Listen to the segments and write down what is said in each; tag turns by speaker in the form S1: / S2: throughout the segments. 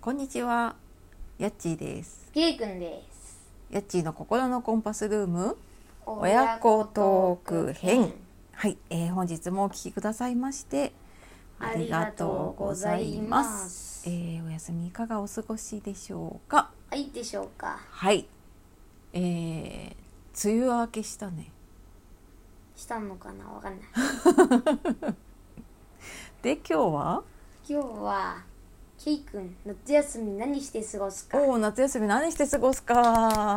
S1: こんにちは、やっちーです。
S2: ゆうくんです
S1: やっちーの心のコンパスルーム。親子トーク編はい、えー本日もお聞きくださいましてありがとうございます。
S2: あり
S1: え
S2: がとうござい
S1: ーお休みいかがお過ごしでしょうか。
S2: はいでしょうか
S1: はい、えー、梅雨明けしたね。
S2: したのかなわかんない
S1: で今日は、
S2: 今日はけいくん夏休み何して過ごすか
S1: おお夏休み何して過ごすか。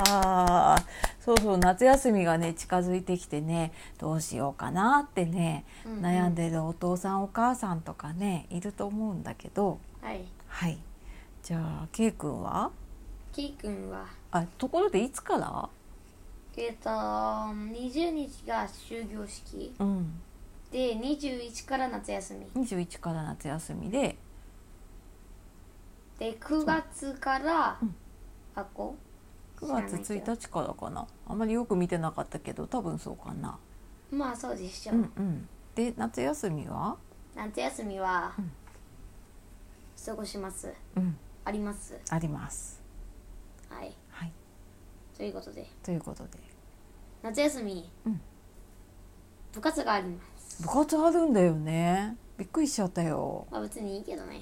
S1: そうそう夏休みがね近づいてきてねどうしようかなってね、
S2: うんうん
S1: 悩んでるお父さんお母さんとかねいると思うんだけど。
S2: はい
S1: はい。じゃあ、けいくんは。
S2: けいくんは
S1: あ、ところで、いつから。
S2: えっ、と20日が終業式
S1: うん。
S2: で21から夏休み
S1: 二十一から夏休みで。
S2: で9月から
S1: うん
S2: 学校
S1: 九月一日からかな。あんまりよく見てなかったけど、多分そうかな。
S2: まあそうでしょ
S1: う
S2: う、
S1: んうん。で、夏休みは。
S2: 夏休みは、
S1: うん
S2: 過ごします
S1: うん。
S2: あります
S1: あります。
S2: はい
S1: はい。
S2: ということで
S1: ということで。
S2: 夏休み、
S1: うん
S2: 部活があります
S1: 部活あるんだよね。びっくりしちゃったよ。
S2: まあ別にいいけどね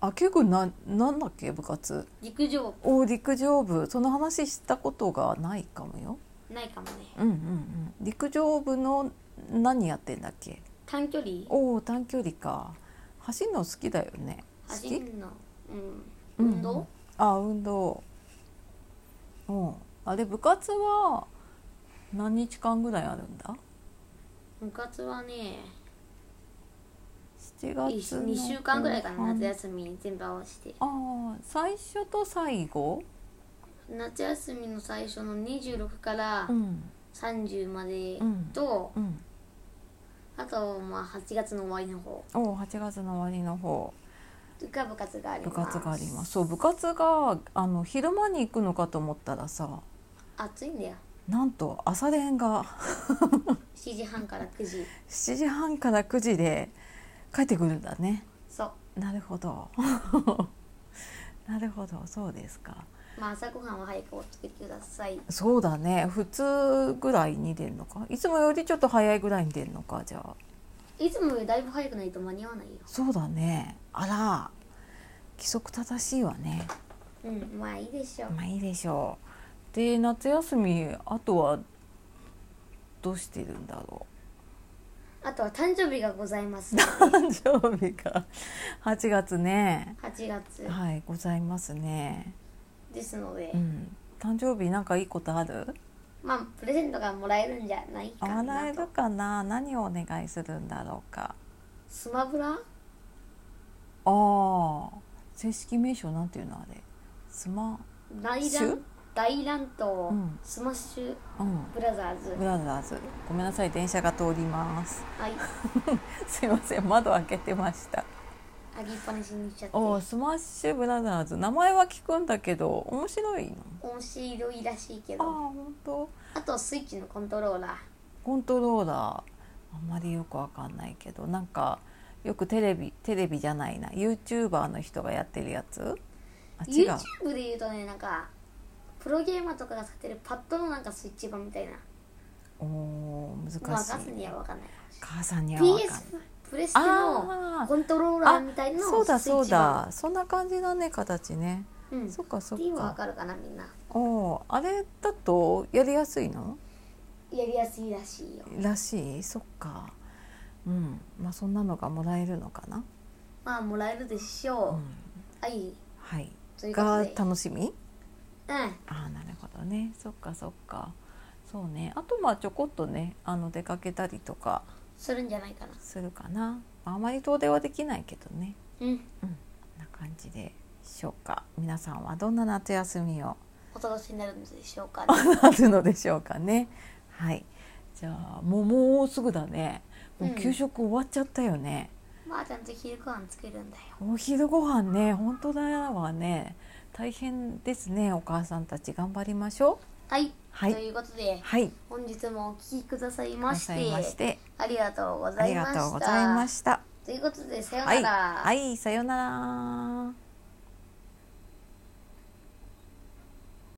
S1: あ、けいくん、なん、なんだっけ、部活。
S2: 陸上
S1: おー、陸上部、その話したことがないかもよ。
S2: ないかもね
S1: うんうんうん。陸上部の、何やってんだっけ。
S2: 短距離
S1: おお短距離か走るの好きだよね好
S2: 走
S1: き
S2: るの、うん、
S1: うん
S2: 運動、
S1: あ運動うんあれ部活は何日間ぐらいあるんだ
S2: 部活はね
S1: 7月の
S2: 2週間ぐらいかな夏
S1: あ
S2: 休みに全部合わせて
S1: あー最初と最後
S2: 夏休みの最初の26から
S1: うん
S2: 30まで
S1: うん
S2: と、
S1: うん
S2: あとまあ8月の終わりの方
S1: おお8月の終わりの方
S2: が部活があり
S1: 部
S2: ます
S1: 活がありますそう部活があの昼間に行くのかと思ったらさ
S2: 暑いんだよ
S1: なんと朝練が
S2: 7時半から9時
S1: 7時半から9時で帰ってくるんだね
S2: そう
S1: なるほど。 なるほど、そうですか。
S2: まあ朝ごはんは早くお作りください
S1: そうだね、普通ぐらいに出るのか、いつもよりちょっと早いぐらいに出るのか、じゃあ。
S2: いつもよりだいぶ早くないと間に合わないよ
S1: そうだね、あら。規則正しいわね。
S2: うんまあいいでしょう
S1: まあいいでしょう。で、夏休み、あとは。どう してるんだろ
S2: あとは誕生日がございますの
S1: う。誕生日が。8月ね。
S2: 8月
S1: はい、ございますね。
S2: ですので、
S1: うん。誕生日なんかいいことある。
S2: まあプレゼントがもらえるんじゃないか
S1: 洗
S2: な
S1: え
S2: と
S1: るかな何をお願いするんだろうか
S2: スマブラ
S1: ああ正式名称なんていうのあれスマ
S2: 大
S1: シュ
S2: 乱大乱闘、
S1: うん
S2: スマッシュ
S1: うん
S2: ブラザーズ
S1: ブラザーズごめんなさい電車が通ります
S2: はい
S1: すいません窓開けてました
S2: 上げっぱなしにしちゃって
S1: おお
S2: 面
S1: スマッシュブラザーズ名前は聞くんだけど面白いの
S2: 白いらしいけ
S1: ああ
S2: ど
S1: 本当
S2: あとスイッチのコントローラー
S1: コントローラーあんまりよくわかんないけどなんかよくテレビテレビじゃないな YouTuber の人がやってるやつあ違う
S2: YouTube で言うとねなんかプロゲーマーとかが使ってるパッドのなんかスイッチ版みたいな
S1: おお難しい
S2: まあガスには分かんない
S1: 母さんにはわかんない
S2: PS プレステ
S1: あ
S2: の
S1: ー
S2: コントローラーみたいの
S1: そうだそう
S2: 版
S1: だそんな感じだね形ね、
S2: うん
S1: そっかそっ
S2: 今わ
S1: か
S2: かるかなみんな
S1: おおあれだとやりやすいの
S2: やりやすいらしいよ
S1: らしいそっかうんまあそんなのがもらえるのかな、
S2: まあもらえるでし
S1: う
S2: ょ
S1: ん、
S2: うはい
S1: はい
S2: ということ
S1: が
S2: で
S1: 楽しみ
S2: うん
S1: ああなるほどねそっかそっかそうねあとまあちょこっとねあの出かけたりとか
S2: するんじゃないかな
S1: するかなあまり遠出はできないけどね
S2: うん
S1: こんな感じでしょうか皆さんはどんな夏休みを
S2: お楽しみになるんでしょうか
S1: あるのでしょうかね。はい。じゃあもうもうすぐだね。もう給食終わっちゃったよね。
S2: まあちゃんと昼ご飯作るんだよ
S1: お昼ご飯ね、本当だわね。大変ですね。お母さんたち頑張りましょ
S2: はい
S1: は
S2: と
S1: い
S2: いうこと
S1: う。
S2: で
S1: はい。
S2: 本日もお聞きくださいま
S1: な
S2: し
S1: さいましてて
S2: ありがとうご
S1: あ
S2: ざ
S1: り
S2: いま
S1: がとう
S2: し
S1: ございま
S2: た
S1: した。
S2: ということでさよう
S1: は。
S2: ないら
S1: はい、さようなら。